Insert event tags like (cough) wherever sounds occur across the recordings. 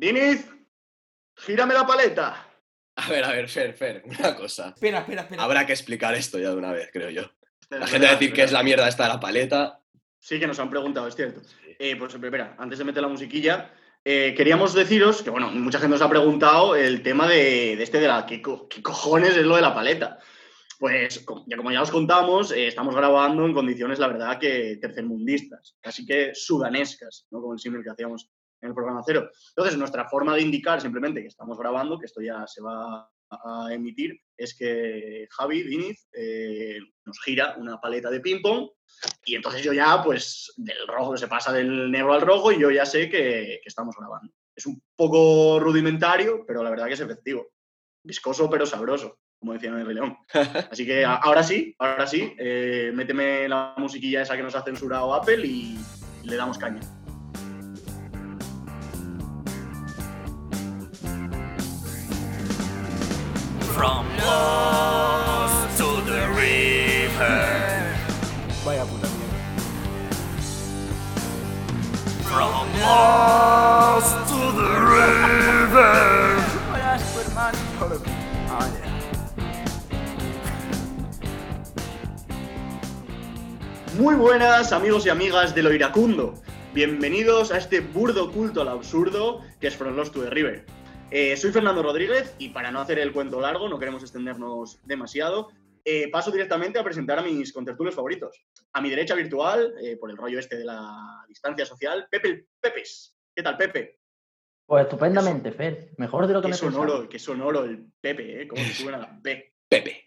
Diniz, gírame la paleta. (laughs) A ver, a ver, Fer, Fer, (laughs) una cosa. Espera, espera, espera. Habrá que explicar esto ya de una vez, creo yo. La gente va a decir que es la mierda esta de la paleta. Sí, que nos han preguntado, es cierto. Eh, pues espera, antes de meter la musiquilla, eh, queríamos deciros que, bueno, mucha gente nos ha preguntado el tema de, de este de la. ¿qué, co- qué cojones es lo de la paleta? Pues, com- ya como ya os contamos, eh, estamos grabando en condiciones, la verdad, que tercermundistas, casi que sudanescas, ¿no? Como el símil que hacíamos en el programa cero. Entonces, nuestra forma de indicar simplemente que estamos grabando, que esto ya se va a emitir, es que Javi Diniz eh, nos gira una paleta de ping-pong y entonces yo ya, pues, del rojo se pasa del negro al rojo y yo ya sé que, que estamos grabando. Es un poco rudimentario, pero la verdad que es efectivo. Viscoso pero sabroso, como decía el León. Así que a- ahora sí, ahora sí, eh, méteme la musiquilla esa que nos ha censurado Apple y le damos caña. From lost to the river, Vaya puta mierda. from lost to the river. Muy buenas amigos y amigas de lo iracundo. Bienvenidos a este burdo culto al absurdo que es From Lost to the River. Eh, soy Fernando Rodríguez y para no hacer el cuento largo, no queremos extendernos demasiado, eh, paso directamente a presentar a mis contertulios favoritos. A mi derecha virtual, eh, por el rollo este de la distancia social, Pepe el Pepes. ¿Qué tal, Pepe? Pues estupendamente, Fer. Mejor de lo que Qué me pensaba. sonoro, qué sonoro el Pepe, ¿eh? Cómo le suena la P. Pepe.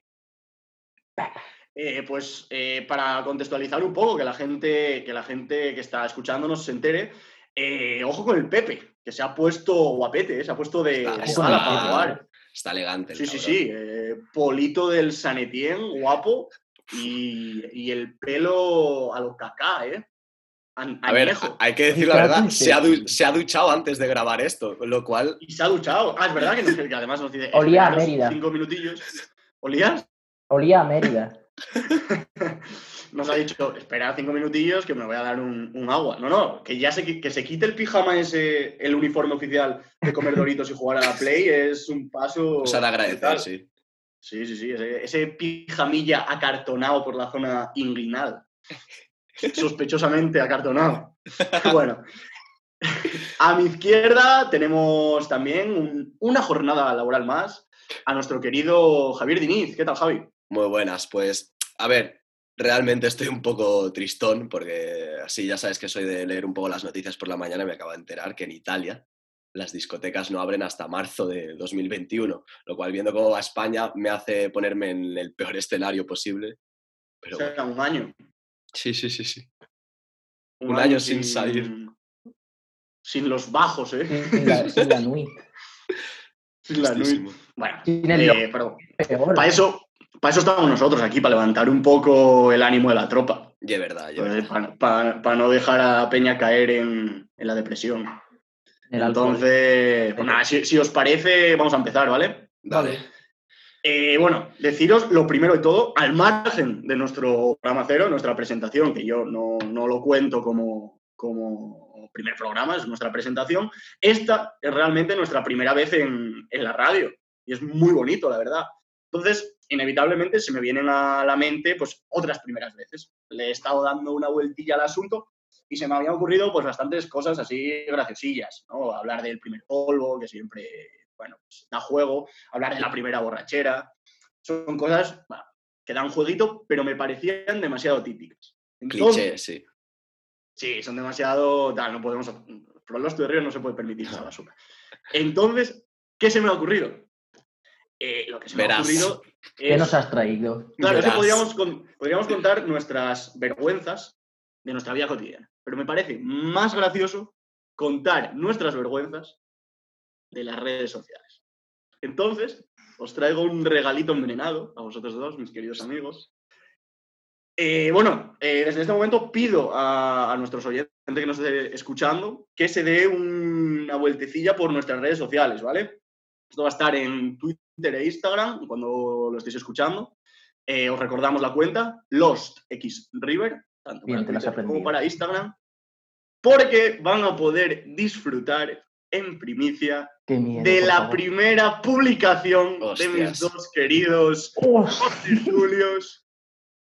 Eh, pues eh, para contextualizar un poco, que la gente que, la gente que está escuchándonos se entere, eh, ojo con el Pepe, que se ha puesto guapete, eh, se ha puesto de, Está- de está- gala para jugar. Está elegante. el Sí, sí, cabrón. sí, eh, polito del Sanetien, guapo, y, y el pelo a lo cacá, ¿eh? An- A ver, añejo. hay que decir la Está verdad, dulce. se ha, du- se ha duchado antes de grabar esto, con lo cual Y se ha duchado. Ah, es verdad que, nos- que además nos dice... Olía a esperaros Mérida. Cinco minutillos. ¿Olías? Olía a Mérida. Nos ha dicho, espera cinco minutillos que me voy a dar un, un agua. No, no, que ya se, qui- que se quite el pijama ese, el uniforme oficial de (laughs) comer doritos y jugar a la Play es un paso... os han de agradecer, brutal. sí. Sí, sí, sí, ese, ese pijamilla acartonado por la zona (laughs) ingrinal. Sospechosamente acartonado. Bueno, a mi izquierda tenemos también un- una jornada laboral más a nuestro querido Javier Diniz. ¿Qué tal, Javi? Muy buenas, pues, a ver, realmente estoy un poco tristón porque así ya sabes que soy de leer un poco las noticias por la mañana y me acabo de enterar que en Italia las discotecas no abren hasta marzo de 2021, lo cual viendo cómo va España me hace ponerme en el peor escenario posible. Pero O sea, un año. sí, sí, sí, sí. Un año sin salir. Sin los bajos, ¿eh? (laughs) Sin sin la, sin la nui. Sin la nube. Tristísimo. Bueno, Sin el eh, pero peor. para eso, para eso estamos nosotros aquí, para levantar un poco el ánimo de la tropa. Y es verdad, y es verdad. Para, para- para no dejar a Peña caer en, en la depresión. el alcohol. Entonces, pues nada, si, si os parece, vamos a empezar, ¿vale? Dale. Eh, bueno, deciros lo primero de todo, al margen de nuestro programa cero, nuestra presentación, que yo no, no lo cuento como, como primer programa, es nuestra presentación, esta es realmente nuestra primera vez en, en la radio y es muy bonito, la verdad. Entonces, inevitablemente se me vienen a la mente pues otras primeras veces. Le he estado dando una vueltilla al asunto y se me habían ocurrido pues bastantes cosas así graciosillas, ¿no? Hablar del primer polvo, que siempre, bueno, pues, da juego, hablar de la primera borrachera. Son cosas bah, que dan jueguito, pero me parecían demasiado típicas. Cliché, sí. Sí, son demasiado. tal, no podemos. Por los de Río no se puede permitir esa basura. Entonces, ¿qué se me ha ocurrido? Eh, lo que se Verás. me ha ocurrido ¿Qué nos es. has traído? Claro, es que Verás. podríamos, con- podríamos contar nuestras vergüenzas de nuestra vida cotidiana. Pero me parece más gracioso contar nuestras vergüenzas de las redes sociales. Entonces, os traigo un regalito envenenado a vosotros dos, mis queridos amigos. Eh, bueno, eh, desde este momento pido a, a nuestros oyentes que nos esté escuchando que se dé un- una vueltecilla por nuestras redes sociales, ¿vale? Esto va a estar en Twitter e Instagram cuando lo estéis escuchando. Eh, os recordamos la cuenta LostXRiver, tanto Bien, para te las has Twitter como aprendido. para Instagram, porque van a poder disfrutar en primicia Qué miedo. de por la favor. primera publicación de mis Hostias. dos queridos Uf, Julios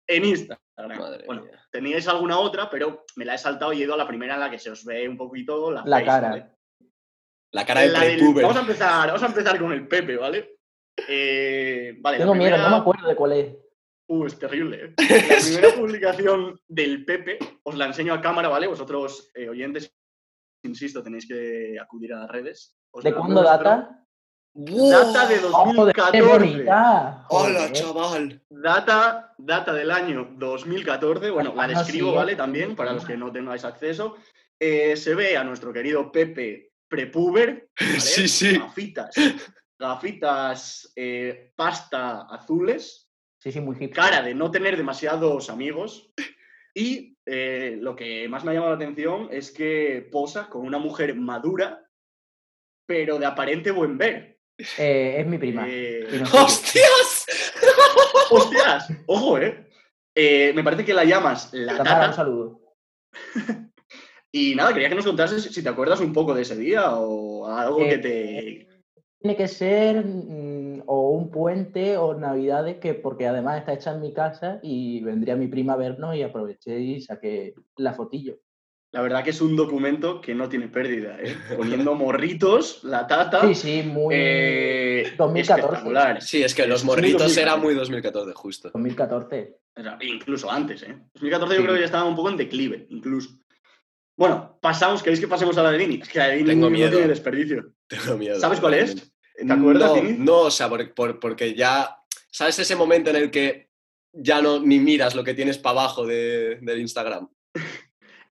en Instagram. Madre bueno, mía. teníais alguna otra, pero me la he saltado y he ido a la primera en la que se os ve un poquito la, La face, cara. ¿vale? La cara de La del- prepuber. vamos, a empezar, vamos a empezar con el Pepe, ¿vale? Eh, vale la Tengo miedo, primera- no me acuerdo de cuál es. Uh, es terrible. ¿eh? La (laughs) primera publicación del Pepe, os la enseño a cámara, ¿vale? Vosotros, eh, oyentes, insisto, tenéis que acudir a las redes. Os ¿De Pues la cuándo muestro. data? Data de ¿eh? ¡Ojo, qué 2014. bonita! ¡Hola, Joder. chaval! Data, data del año 2014, bueno, la Ah, no, describo, sí, ¿vale? eh. También, para los que no tengáis acceso. Eh, se ve a nuestro querido Pepe Prepuber. ¿vale? Sí, sí. Gafitas, gafitas eh, pasta azules, Sí, sí, muy hip. cara de no tener demasiados amigos. Y eh, lo que más me ha llamado la atención es que posa con una mujer madura, pero de aparente buen ver. Eh, es mi prima. Eh, (laughs) Y no sé ¡Hostias! ¡Hostias! ¡Ojo, eh! Eh, Me parece que la llamas qué. la Tamara, un tata. saludo. Y nada, quería que nos contases si te acuerdas un poco de ese día o algo Eh, que te. Tiene que ser mm, o un puente o navidades, que porque además está hecha en mi casa y vendría mi prima a vernos y aproveché y saqué la fotillo. La verdad que es un documento que no tiene pérdida, ¿eh? (laughs) Poniendo morritos, la tata. Sí, sí, muy eh, 2014. espectacular. Sí, es que Es los muy morritos 2014. era muy 2014, justo. (laughs) 2014. O sea, incluso antes, ¿eh? 2014 yo Sí. creo que ya estaba un poco en declive, incluso. Bueno, pasamos, ¿queréis que pasemos a la de Dini? Es que la de Dini Tengo no miedo. tiene desperdicio. Tengo miedo. ¿Sabes cuál es? realmente. ¿Te acuerdas, no, Dini? No, o sea, por- por- porque ya. ¿Sabes ese momento en el que ya no ni miras lo que tienes para abajo de- del Instagram?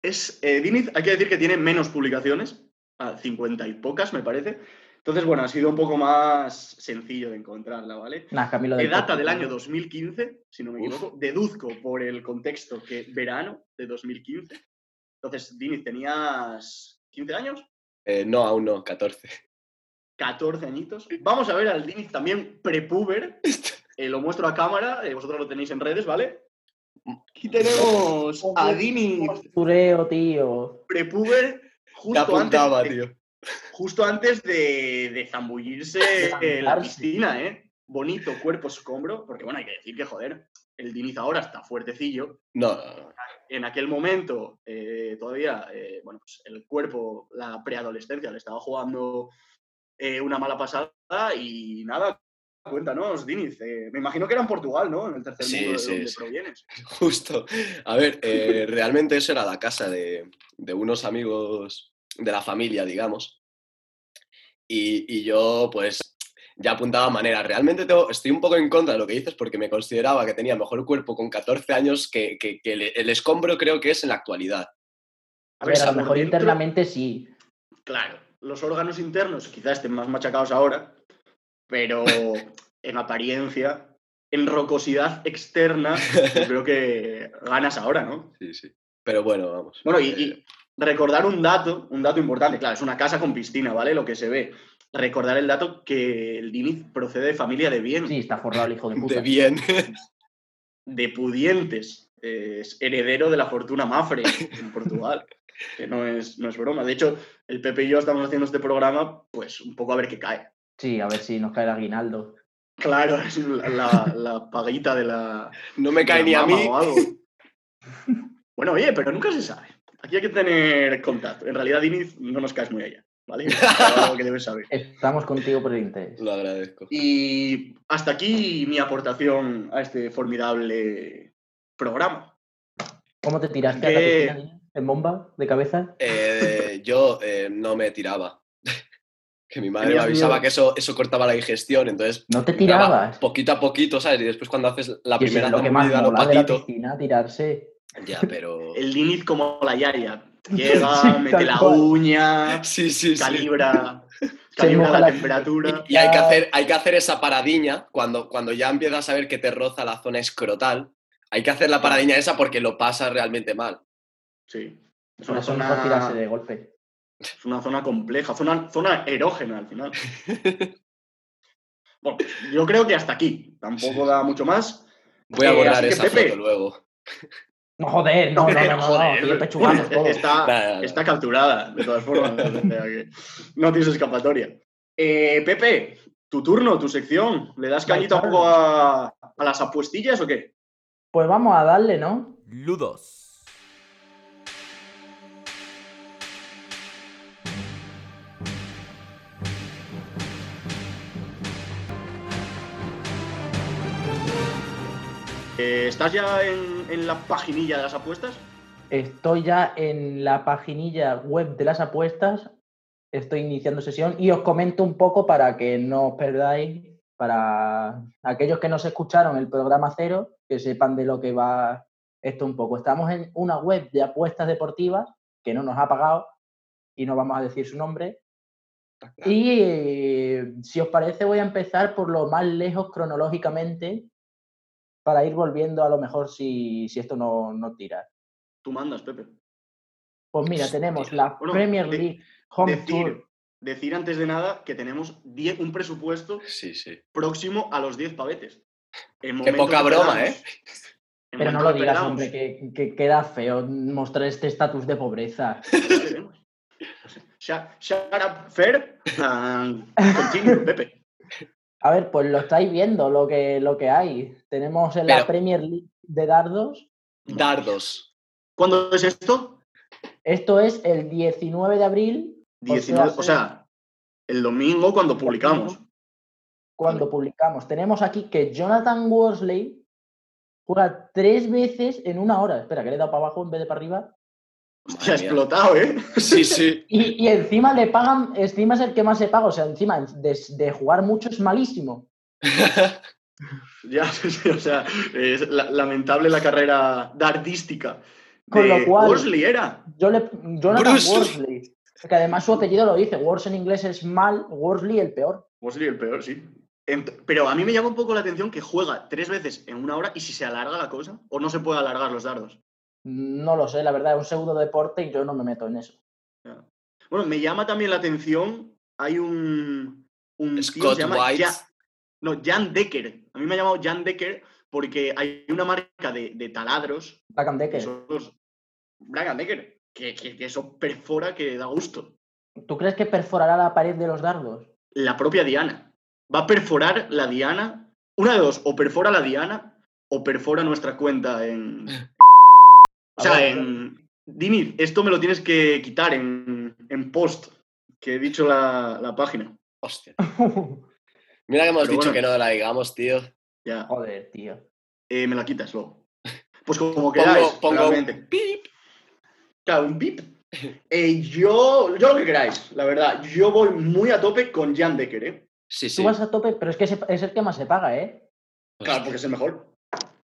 Es, eh, Diniz, hay que decir que tiene menos publicaciones, a 50 y pocas, me parece. Entonces, bueno, ha sido un poco más sencillo de encontrarla, ¿vale? Nah, Camilo Que del data Pozo. del año 2015, si no me Uf. equivoco. Deduzco por el contexto que verano de 2015. Entonces, Diniz, tenías 15 años, Eh, no, aún no, 14. 14 añitos. Vamos a ver al Diniz también (laughs) prepuber. Eh, lo muestro a cámara, eh, vosotros lo tenéis en redes, ¿vale? Mm. Aquí (laughs) tenemos a Diniz Postureo, tío. prepuber Te justo apuntaba, antes de- tío. justo antes de, de zambullirse De en la zambullirse. piscina, ¿eh? Bonito cuerpo escombro, porque bueno, hay que decir que, joder, el Diniz ahora está fuertecillo. No, no, no. En aquel momento, eh, todavía, eh, bueno, pues el cuerpo, la preadolescencia, le estaba jugando eh, una mala pasada y nada, cuéntanos, Diniz. eh, me imagino que era en Portugal, ¿no? En el tercer Sí, mundo de sí, donde sí. provienes. Justo. A ver, (laughs) eh, realmente eso era la casa de, de unos amigos de la familia, digamos. Y, y yo, pues, ya apuntaba maneras. Realmente tengo- estoy un poco en contra de lo que dices porque me consideraba que tenía mejor cuerpo con 14 años que, que- que el, el escombro creo que es en la actualidad. A ver, a lo por mejor dentro- internamente sí. Claro, los órganos internos quizás estén más machacados ahora, pero en apariencia, en rocosidad externa, yo creo que ganas ahora, ¿no? Sí, sí. Pero bueno, vamos. Bueno, y, Eh, y recordar un dato, un dato importante, claro, es una casa con piscina, ¿vale? Lo que se ve. Recordar el dato que el Diniz procede de familia de bien, Sí, está forrado el hijo de puta. de bien. (laughs) de pudientes, eh, es heredero de la fortuna Mafre en Portugal. Que no es, no es broma. De hecho, el Pepe y yo estamos haciendo este programa, pues un poco a ver qué cae. Sí, a ver si nos cae el aguinaldo. Claro, (laughs) es la, la, la paguita de la. No me cae de ni la a mama mí. o algo. Bueno, oye, pero nunca se sabe. Aquí hay que tener contacto. En realidad, Diniz, no nos caes muy allá, (laughs) ¿vale? Es algo que debes saber. Estamos contigo por el interés. Lo agradezco. Y hasta aquí mi aportación a este formidable programa. ¿Cómo te tiraste a ¿Qué? la piscina, niño? en bomba de cabeza? Eh, yo eh, no me tiraba. (laughs) Que mi madre me Tenías avisaba miedo. que eso, eso cortaba la digestión, entonces No te tiraba tirabas. poquito a poquito, ¿sabes? Y después cuando haces la Y eso primera es lo que más zambullida, lo mola de la patito. piscina, tirarse. Ya, (laughs) pero. El Diniz como la Yaya. Llega, Sí, mete tal la cual. uña, (laughs) Sí, sí, sí. calibra, moja calibra la la- temperatura. Y hay que hacer, hay que hacer esa paradiña cuando, cuando ya empiezas a saber que te roza la zona escrotal. Hay que hacer la paradiña esa porque lo pasas realmente mal. Sí. Es Por una eso mejor zona, eh, tirarse de golpe. Es una zona compleja, zona, zona erógena al (laughs) final. bueno, yo creo que hasta aquí. Tampoco da mucho más. Voy a Eh, borrar así que, esa Pepe. foto luego. No, joder, no, no, no, no, (laughs) no, Joder. que (laughs) ya pechugamos todos. Está, Nada, nada. ah, está capturada, de todas formas. o sea que no tienes escapatoria. Eh, Pepe, tu turno, tu sección. ¿Le das Vale, cañito un claro. poco a, a las apuestillas o qué? Pues vamos a darle, ¿no? Ludos. Eh, ¿Estás ya en, en la paginilla de las apuestas? Estoy ya en la paginilla web de las apuestas. Estoy iniciando sesión y os comento un poco para que no os perdáis. Para aquellos que no se escucharon el programa cero, que sepan de lo que va esto un poco. Estamos en una web de apuestas deportivas que no nos ha pagado y no vamos a decir su nombre. Y eh, si os parece, voy a empezar por lo más lejos cronológicamente para ir volviendo a lo mejor si, si esto no, no tira. Tú mandas, Pepe. Pues mira, tenemos la Bueno, Premier de- League Home Decir, Tour. decir antes de nada que tenemos 10 un presupuesto Sí, sí. próximo a los 10 pavetes. En Qué momentos poca que broma, perdamos- ¿eh? en Pero no momentos lo que digas, perdamos, (laughs) hombre, que, que queda feo mostrar este estatus de pobreza. ya veremos. Shut- shut up, Fer, and (laughs) continue, Pepe. A ver, pues lo estáis viendo, lo que, lo que hay. Tenemos en la Pero- Premier League de dardos. Dardos. ¿Cuándo es esto? Esto es el 19 de abril, 19, o sí. sea, el domingo cuando publicamos. cuando publicamos. Tenemos aquí que Jonathan Worsley juega tres veces en una hora. Espera, que le he dado para abajo en vez de para arriba. Se ha Madre mía. explotado, ¿eh? (laughs) Sí, sí. Y, y encima le pagan, encima es el que más se paga. O sea, encima de, de jugar mucho es malísimo. Ya, sí, o sea, es la- lamentable la carrera dardística. Con de lo cual- Worsley era. Yo le, Jonathan Bruce Lee. Worsley. Que además su apellido lo dice. Wors en inglés es mal, Worsley el peor. Worsley el peor, sí. Ent- Em, Pero a mí me llama un poco la atención que juega tres veces en una hora y si se alarga la cosa, o no se puede alargar los dardos. No lo sé, la verdad, es un pseudo deporte y yo no me meto en eso. Bueno, me llama también la atención. Hay un. un tío que se Scott llama White. Ja- no, Jan Decker. A mí me ha llamado Jan Decker porque hay una marca de, de taladros Beckham que Decker. son los. Brian Decker, que, que- que eso perfora que da gusto. ¿Tú crees que perforará la pared de los (laughs) dardos? La propia Diana. Va a perforar la Diana. Una de dos, o perfora la Diana o perfora nuestra cuenta (laughs) en. O A sea, ver, en. Dini, esto me lo tienes que quitar en, en post, que he dicho la, la página. (laughs) Hostia. Mira que hemos Pero dicho bueno. que no la digamos, tío. Ya. Joder, tío. Eh, me la quitas luego. Pues como queráis, Pongo, pongo realmente. un pip. Claro, un pip. Eh, yo, yo lo que queráis, la verdad. Yo voy muy a tope con Jan Decker, ¿eh? Sí, Tú sí. vas a tope, pero es que ese- es el que más se paga, ¿eh? Claro, porque es el mejor.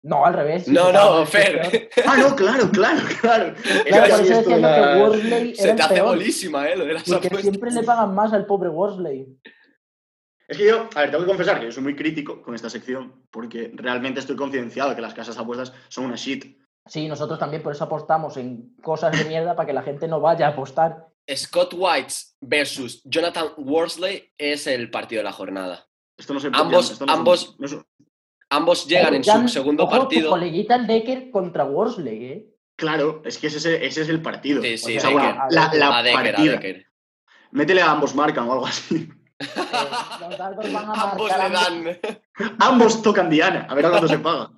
No, al revés. si No, se paga no, más, es (laughs) peor. Fer. Ah, no, claro, claro, claro. Es que Claro, por así eso esto decía de yo que la- Worsley era Se te el hace peor, bolísima, ¿eh? Lo de las Porque apuestas. siempre le pagan más al pobre Worsley. Es que yo, a ver, tengo que confesar que yo soy muy crítico con esta sección porque realmente estoy concienciado de que las casas de apuestas son una shit. Sí, nosotros también por eso apostamos en cosas de mierda para que la gente no vaya a apostar. Scott White versus Jonathan Worsley es el partido de la jornada. Esto no se Ambos- esto no es- ambos- no es- Ambos llegan en Jan- su segundo ojo, tu partido. coleguita el Decker contra Worsley, (laughs) ¿eh? claro, es que ese, es el- ese es el partido. Sí, sí, o sea, Decker. la, la a Decker, a partida. Decker. Métele a ambos marcan o algo así. (laughs) Eh, los dardos van a Ambos marcar le ambos- dan. ambos tocan Diana. A ver a cuándo se paga.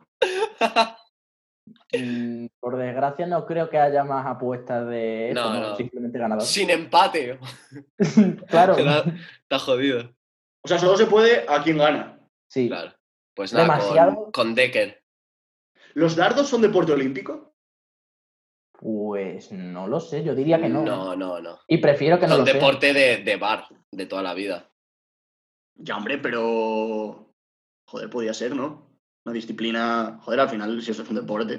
Mm, Por desgracia no creo que haya más apuestas de esto, No, ¿no? no. simplemente ganador. Sin empate. claro, Está, está jodido. O sea, solo se puede a quien gana. sí. Claro. Pues nada, Demasiado. con, con Decker. ¿Los dardos son deporte olímpico? Pues no lo sé, yo diría que no. ¿eh? No, no, no. Y prefiero que no Son lo sea. deporte de, de bar, de toda la vida. Ya, hombre, pero. Joder, podía ser, ¿no? Una disciplina. Joder, al final, si eso es un deporte.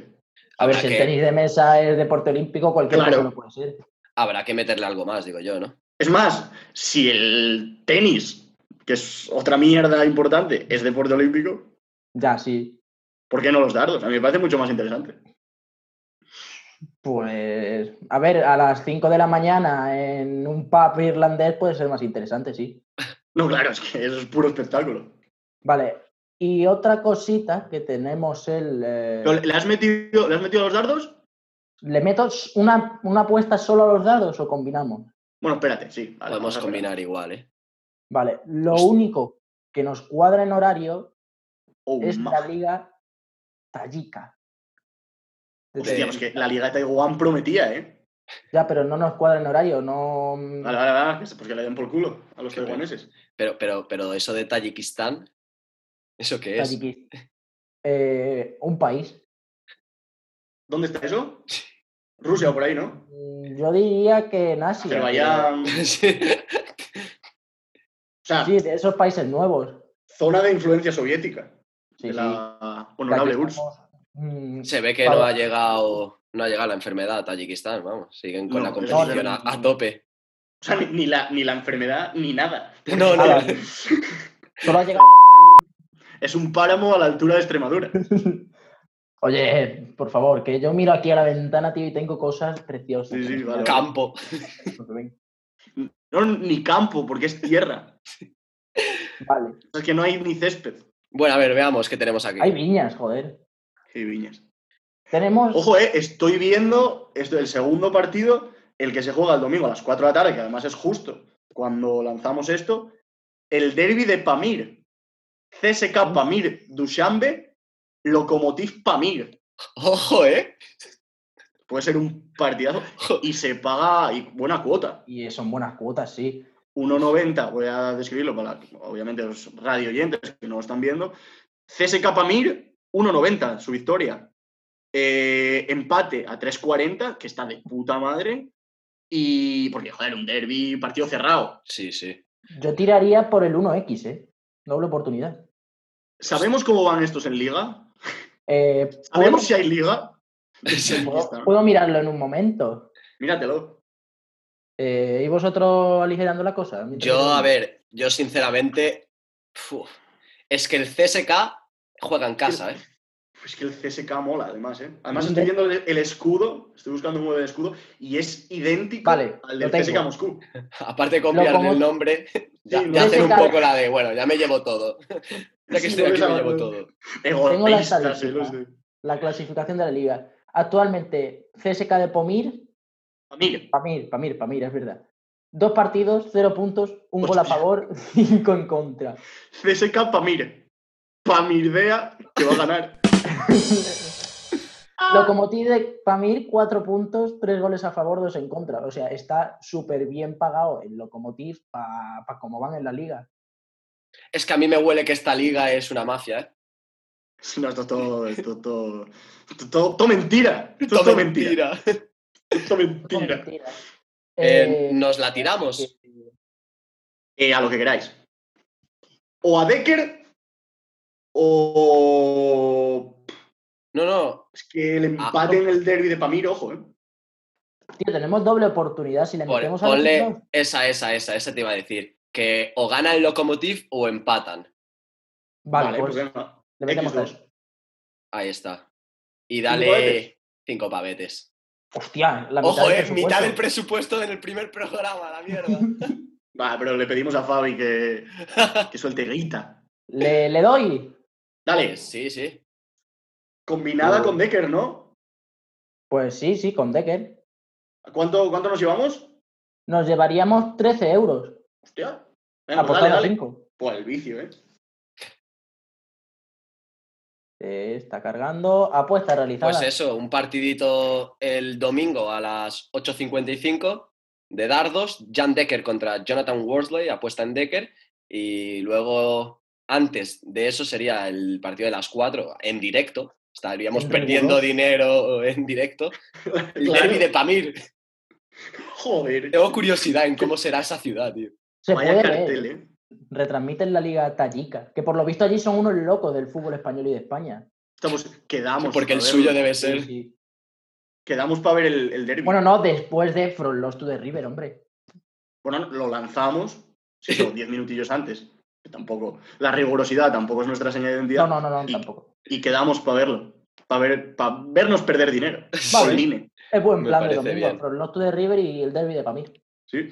A ver, Habrá si el que- tenis de mesa es deporte olímpico, cualquier Claro. cosa lo puede ser. Habrá que meterle algo más, digo yo, ¿no? Es más, si el tenis, que es otra mierda importante, es deporte olímpico, Ya, sí. ¿por qué no los dardos? A mí me parece mucho más interesante. Pues, a ver, a las 5 de la mañana en un pub irlandés puede ser más interesante, sí. No, claro, es que eso es puro espectáculo. Vale, y otra cosita que tenemos el... eh, Pero, ¿Le has metido, ¿le has metido los dardos? ¿Le meto una, una apuesta solo a los dados o combinamos? Bueno, espérate, sí. vale, Podemos vamos a esperar. combinar igual, ¿eh? Vale, lo Hostia. único que nos cuadra en horario Oh, es ma- la liga Tayika. De Hostia, Tayika. pues que la Liga de Taiwán prometía, ¿eh? Ya, pero no nos cuadra en horario, no. mm, Vale, vale, vale, que se- pues que le den por culo a los Qué bueno. taiwaneses. Pero, pero, pero eso de Tayikistán, ¿eso qué es? Tayikis- Eh, un país. ¿Dónde está eso? Rusia o por ahí, ¿no? Mm, Yo diría que en Asia. Pero vaya... O Sí. (laughs) sea, pero- Sí, de esos países nuevos. zona de influencia soviética. Sí, de sí. la Aquí honorable URSS. estamos, mm, Se ve que no ha llegado, no ha llegado la enfermedad a Tayikistán, vamos. Siguen con No, la eso competición no. a, a tope. O sea, ni, ni la, ni la enfermedad ni nada. No, no. no. solo ha llegado- (laughs) Es un páramo a la altura de Extremadura. Oye, por favor, que yo miro aquí a la ventana, tío, y tengo cosas preciosas. Sí, sí, vale, vale. Campo. No, ni campo, porque es tierra. Vale. O sea, Es que no hay ni césped. Bueno, a ver, veamos qué tenemos aquí. Hay viñas, joder. Qué viñas. Tenemos. Ojo, eh, estoy viendo esto, el segundo partido, el que se juega el domingo a las 4 de la tarde, que además es justo cuando lanzamos esto. El derby de Pamir. Ah. CSK Pamir Dushanbe, Lokomotiv Pamir. Ojo, ¿eh? Puede ser un (laughs) partidazo. Ojo. Y se paga y buena cuota. Y son buenas cuotas, sí. 1.90, voy a describirlo para, obviamente, los radio oyentes que no lo están viendo. CSK Pamir, 1.90, su victoria. Eh, empate a 3.40, que está de puta madre. Y, porque, joder, un derby, partido cerrado. Sí, sí. Yo tiraría por el 1X, ¿eh? Doble oportunidad. ¿Sabemos cómo van estos en liga? Eh, puedo, ¿Sabemos si hay liga? (laughs) puedo- puedo mirarlo en un momento. Míratelo. Eh, ¿Y vosotros aligerando la cosa? Mientras Yo, que- a ver, yo sinceramente. uf, es que el CSK juega en casa, ¿eh? (laughs) Es que el CSK mola, además, ¿eh? Además, ¿Dónde? estoy viendo el el escudo, estoy buscando un del escudo, y es idéntico Vale, al lo del tengo. CSK Moscú. Aparte de copiarle pongo- el nombre, ya, lo ya hacen un CSK. poco la de, bueno, ya me llevo todo. (laughs) Ya Sí, que estoy lo aquí, me ves llevo a- todo. Egoístas, estadística. eh, los de- La clasificación de la liga. Actualmente, CSK de Pomir, Pamir. Pamir, Pamir, Pamir, es verdad. Dos partidos, cero puntos, un gol a Hostia. favor, (laughs) cinco en contra. CSK Pamir. Pamirdea que va a ganar. (laughs) Locomotiv de Pamir, cuatro puntos, tres goles a favor, dos en contra. O sea, está súper bien pagado el Locomotiv para cómo van en la liga. Es que a mí me huele que esta liga es una mafia, ¿eh? Sí, No, esto es todo, esto es todo, esto es todo, todo mentira. Esto es todo mentira. Esto es mentira. Mentira. (laughs) Eh, Eh, nos la tiramos. Eh, a lo que queráis. O a Decker o... No, no. Es que Ah, el empate en el derby de Pamir, ojo, ¿eh? Tío, tenemos doble oportunidad si le pon- metemos a los dos. ponle esa, esa, esa, esa te iba a decir. Que o gana el Lokomotiv o empatan. Vale, pues porque no. le metemos X2. dos. Ahí está. Y pavetes. dale cinco pavetes. Hostia, la mitad Ojo, del eh, mitad del presupuesto. presupuesto del primer programa, la (laughs) mierda. Va, pero le pedimos a Fabi (laughs) que, que suelte grita. Le, le doy. Dale, Sí, sí. combinada con Decker, ¿no? Pues sí, sí, con Decker. ¿Cuánto, cuánto nos llevamos? Nos llevaríamos 13 euros. Hostia. Venga, pues dale, Apostando a dale. 5. Pues el vicio, ¿eh? está cargando. Apuesta realizada. Pues eso, un partidito el domingo a las 8.55 de dardos. Jan Decker contra Jonathan Worsley, apuesta en Decker. Y luego, antes de eso, sería el partido de las 4 en directo. Estaríamos En perdiendo riguroso. dinero en directo. El Claro. derbi de Pamir. Joder. Tengo curiosidad en cómo será esa ciudad, tío. Se Vaya puede cartel, ver. ¿eh? Retransmiten la Liga Tayika. Que por lo visto allí son unos locos del fútbol español y de España. Estamos, quedamos. Porque el pa' Pues ver- suyo debe Sí, (laughs) ser. sí. Quedamos para ver el, el derbi. Bueno, Bueno, no, después de From Lost to the River, hombre. lo lanzamos sí, son 10 minutillos antes. que Tampoco. La rigurosidad tampoco es nuestra señal de identidad. No, no, no, no, Y- tampoco. Y quedamos para verlo. Para ver, pa' vernos perder dinero. Sí. Por el INE. Es buen Me plan de parece domingo. bien. From Lost to the River y el derby de Pamir. Sí.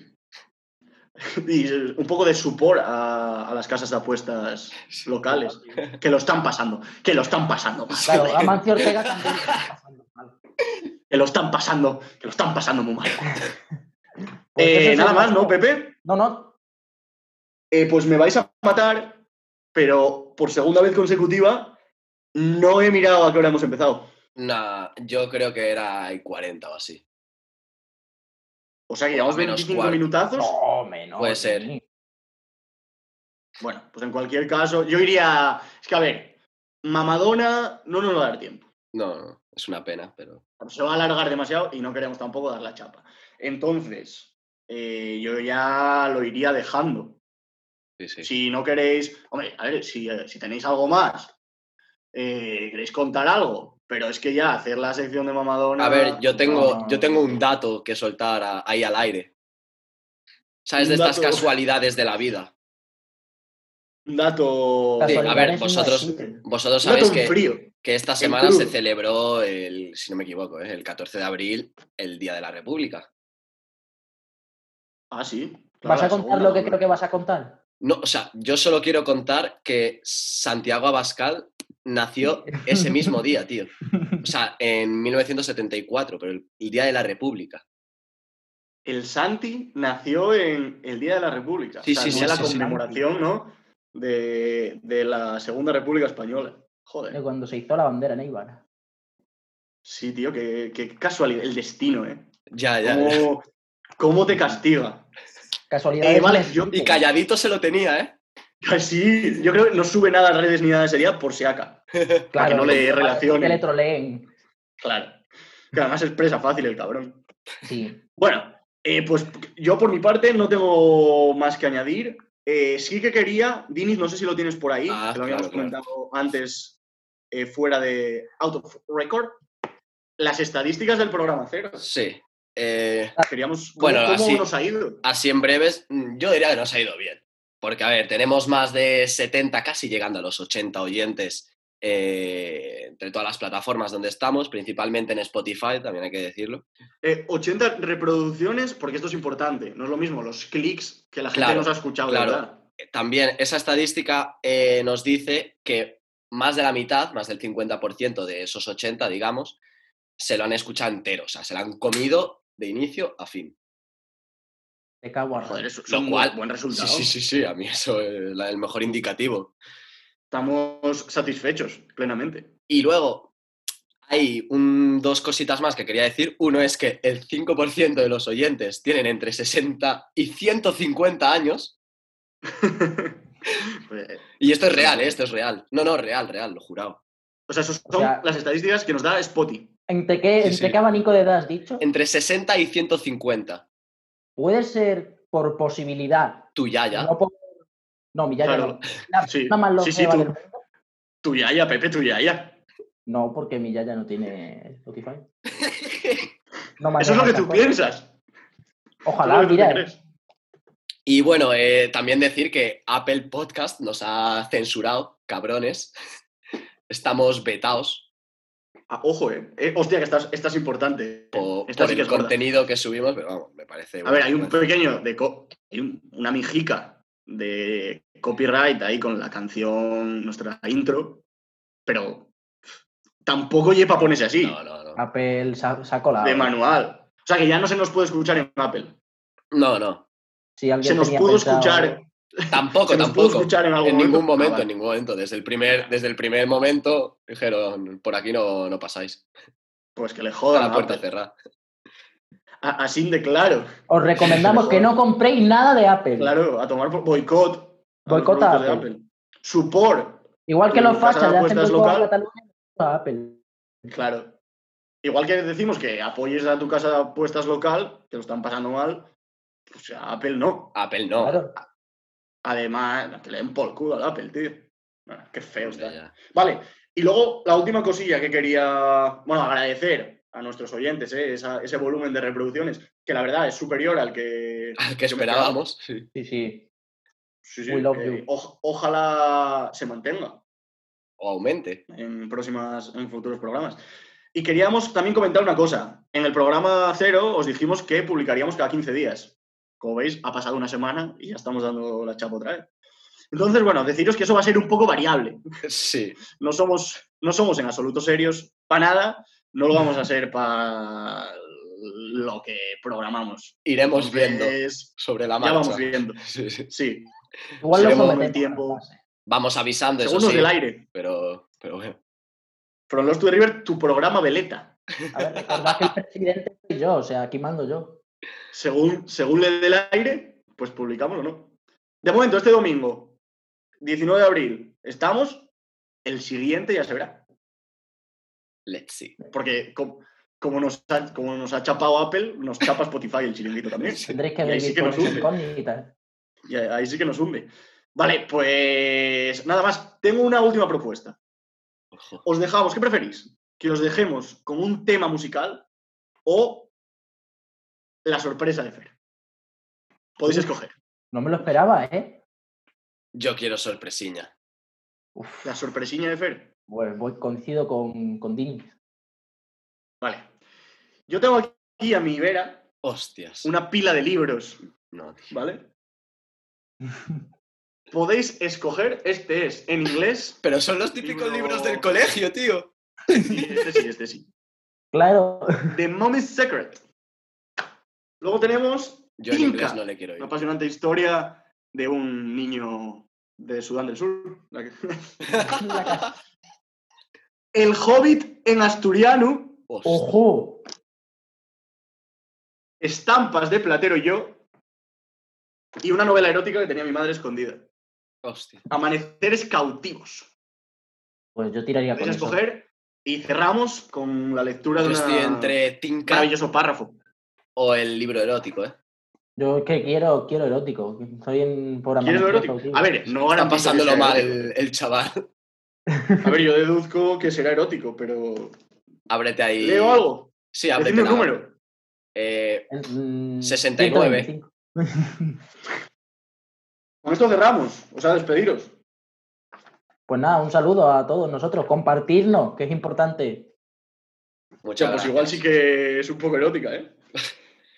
Y eh, un poco de supor a, a las casas de apuestas locales. (laughs) Que lo están pasando. Que lo están pasando. mal. Claro, Amancio Ortega también. está pasando mal. que lo están pasando, que lo están pasando muy mal. Pues Eh, eso es nada el más, ¿no, máximo. Pepe? No, no. Eh, pues me vais a matar, pero por segunda vez consecutiva no he mirado a qué hora hemos empezado. Nah, yo creo que era el 40 o así. O sea que llevamos Menos 25 cuarto. minutazos. No, menos. Puede ser. sí. Bueno, pues en cualquier caso, yo iría. Es que a ver, Mamadona no nos va a dar tiempo. No, no, es una pena, pero. Se va a alargar demasiado y no queremos tampoco dar la chapa. Entonces, eh, yo ya lo iría dejando. Sí, sí. Si no queréis, hombre, a ver, si, eh, si tenéis algo más, eh, queréis contar algo, pero es que ya hacer la sección de Mamadona. A ver, yo tengo, no. yo tengo un dato que soltar a- ahí al aire. ¿Sabes? Un De estas dato. casualidades de la vida. Un dato. Sí, a ver, Casualidades no vosotros, existen. (laughs) vosotros un dato sabéis en que, frío. que esta en semana se crudo. celebró, el, si no me equivoco, ¿eh? el 14 de abril, el Día de la República. Ah, sí. ¿Vas claro, a la contar segunda, lo que ¿no? creo que vas a contar? No, o sea, yo solo quiero contar que Santiago Abascal nació ese mismo día, tío. O sea, en 1974, pero el, el Día de la República. El Santi nació en el Día de la República. Sí, o sea, sí, el sí, día de sí, la sí. conmemoración, ¿no? De, de la Segunda República Española. De Joder. cuando se hizo la bandera en Eibar. Sí, tío, qué, qué casualidad. El destino, ¿eh? Ya, ya. ya. ¿Cómo, cómo te castiga? Casualidad. Eh, vale, yo- Y calladito se lo tenía, ¿eh? (laughs) Sí, yo creo que no sube nada a redes ni nada ese día por si acá. para que no le relacionen. Que le troleen. Claro. Que además es presa fácil el cabrón. Sí. Bueno, eh, pues yo por mi parte no tengo más que añadir. Eh, sí que quería, Dinis, no sé si lo tienes por ahí, Ah, que lo habíamos claro, claro. comentado antes eh, fuera de Out of Record, las estadísticas del programa cero. Sí. Eh, Queríamos cómo, Bueno, cómo así- nos ha ido. así en breves, mm, yo diría que nos ha ido bien. Porque, a ver, tenemos más de 70, casi llegando a los 80 oyentes eh, entre todas las plataformas donde estamos, principalmente en Spotify, también hay que decirlo. Eh, 80 reproducciones, porque esto es importante. No es lo mismo los clics que la gente Claro, nos ha escuchado, claro. ¿verdad? Eh, También esa estadística eh, nos dice que más de la mitad, más del 50% de esos 80, digamos, se lo han escuchado entero, o sea, se lo han comido de inicio a fin. De cago a Joder, rojo. eso es un cual- buen Sí, resultado. sí, sí, sí, a mí eso es la- el mejor indicativo. Estamos satisfechos plenamente. (laughs) Y luego hay un- dos cositas más que quería decir. Uno es que el 5% de los oyentes tienen entre 60 y 150 años. Pues, Y esto es real, ¿eh? esto es real. No, no, real, real, lo jurado. O sea, esas son O sea- las estadísticas que nos da Spotify. ¿Entre qué, Sí, entre sí. qué abanico de edad has dicho? Entre 60 y 150. Puede ser por posibilidad. Tu yaya. No, por... no mi (laughs) yaya Claro. no. La Sí. persona más Sí, sí, longeva tú. del mundo. Tu yaya, Pepe, tu yaya. No, porque mi yaya no tiene Spotify. (laughs) No Eso maneja es lo que esas tú cosas. piensas. Ojalá, Eso es lo que tú mira, te crees. Y bueno, eh, también decir que Apple Podcast nos ha censurado, cabrones. (laughs) Estamos vetados Ah, ojo, eh. Eh, Hostia, que estás, estás importante. po- por, Esta sí el que es gorda. contenido que subimos, pero vamos, me parece... A ver, hay un pequeño de co- hay un- una mijica de copyright ahí con la canción, nuestra intro, pero tampoco lleva ponerse así, No, no, no. Apple sa- sacó la. de manual. O sea que ya no se nos puede escuchar en Apple. No, no. Si alguien Se nos tenía pudo pensado- escuchar, Tampoco, se nos pudo tampoco. escuchar en algún En ningún Ah, momento, vale. en ningún momento. Desde el primer, desde el primer momento dijeron, por aquí no, no pasáis. Pues que le A jodan la a puerta Apple. cerrada. A- Así de claro. Os recomendamos (laughs) que no compréis nada de Apple. Claro, a tomar por boicot. a los Boicota productos de Apple. Apple. Support, Igual que Y los casa de fachas le hacen apuestas boicot a local. Cataluña, a Apple. claro. Igual que decimos que apoyes a tu casa de apuestas local, que lo están pasando mal, pues a Apple no. Apple no. Claro. Además, que le den por el culo al Apple, tío. Ah, Qué feo Ya, está. ya. Vale, y luego la última cosilla que quería, bueno, agradecer a nuestros oyentes, ¿eh? Esa- ese volumen de reproducciones, que la verdad es superior al (laughs) que... (laughs) Al que que me esperábamos. sí. Sí, sí. Sí, sí, We love que you. oj- ojalá se mantenga. O aumente. en próximas, en futuros programas. Y queríamos también comentar una cosa. En el programa cero os dijimos que publicaríamos cada 15 días. Como veis, ha pasado una semana y ya estamos dando la chapa otra vez. Entonces, bueno, deciros que eso va a ser un poco variable. Sí. No somos, no somos en absoluto serios para nada No lo vamos a hacer para lo que programamos. Iremos viendo Es- sobre la ya marcha. vamos viendo. (laughs) Sí, sí. Sí, Igual lo Seremos sometemos el tiempo. a la fase. Vamos avisando, eso segundos sí, del aire. pero, pero bueno. From Lost to the River, tu programa veleta. A ver, recordad que el presidente soy yo, o sea, aquí mando yo. Según, según le dé el aire, pues publicamos o no. De momento, este domingo, 19 de abril, estamos. El siguiente ya se verá. Let's see. Porque com- como, nos ha, como nos ha chapado Apple, nos chapa Spotify el chiringuito también. Tendréis Y que ahí vivir sí que con nos esa hunde. incógnita. Y ahí- ahí sí que nos hunde. Vale, pues nada más. Tengo una última propuesta. Ojo. Os dejamos, ¿qué preferís? ¿Que os dejemos con un tema musical o la sorpresa de Fer? Podéis escoger. No me lo esperaba, ¿eh? Yo quiero sorpresiña. Uf, La sorpresiña de Fer. pues voy coincido con, con Dini. Vale. Yo tengo aquí a mi vera Hostias. una pila de libros, No, tío. (laughs) ¿vale? Podéis escoger, este es en (laughs) inglés. Pero son los típicos Libro- libros del colegio, tío. Sí, este sí, este sí. Claro, (laughs) The Mommy's Secret. Luego tenemos Yo en Inca. inglés no le quiero ir. una apasionante historia de un niño de Sudán del (laughs) Sur. La que- (laughs) El Hobbit en asturiano, Hostia. ojo, estampas de Platero y yo, y una novela erótica que tenía mi madre escondida. Hostia. Amaneceres cautivos. pues yo tiraría con Podéis eso. escoger y cerramos con la lectura de Yo un estoy entre Tinka maravilloso párrafo. o el libro erótico, ¿eh? Yo es que quiero, quiero erótico. Soy en por ¿Quieres lo amanecer erótico? cautivo. A ver, no Está garantizo que pasándolo sea mal erótico. el, el chaval. (laughs) A ver, yo deduzco que será erótico, pero. Ábrete ahí. ¿Leo algo? Sí, ábrete. Decidme un nada. número. Eh, Mm, 69. 125. Con esto cerramos. O sea, despediros. Pues nada, un saludo a todos nosotros. Compartirnos, que es importante. O sea, pues muchas gracias. igual sí que es un poco erótica, ¿eh?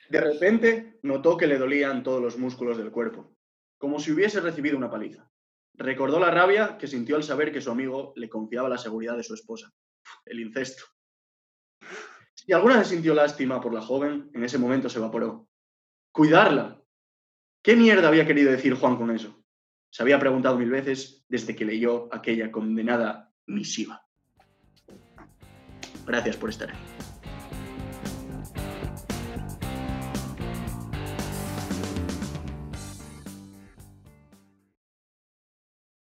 De repente notó que le dolían todos los músculos del cuerpo, como si hubiese recibido una paliza. Recordó la rabia que sintió al saber que su amigo le confiaba la seguridad de su esposa. El incesto. Si alguna vez sintió lástima por la joven, en ese momento se evaporó. ¡Cuidarla! ¿Qué mierda había querido decir Juan con eso? Se había preguntado mil veces desde que leyó aquella condenada misiva. Gracias por estar ahí.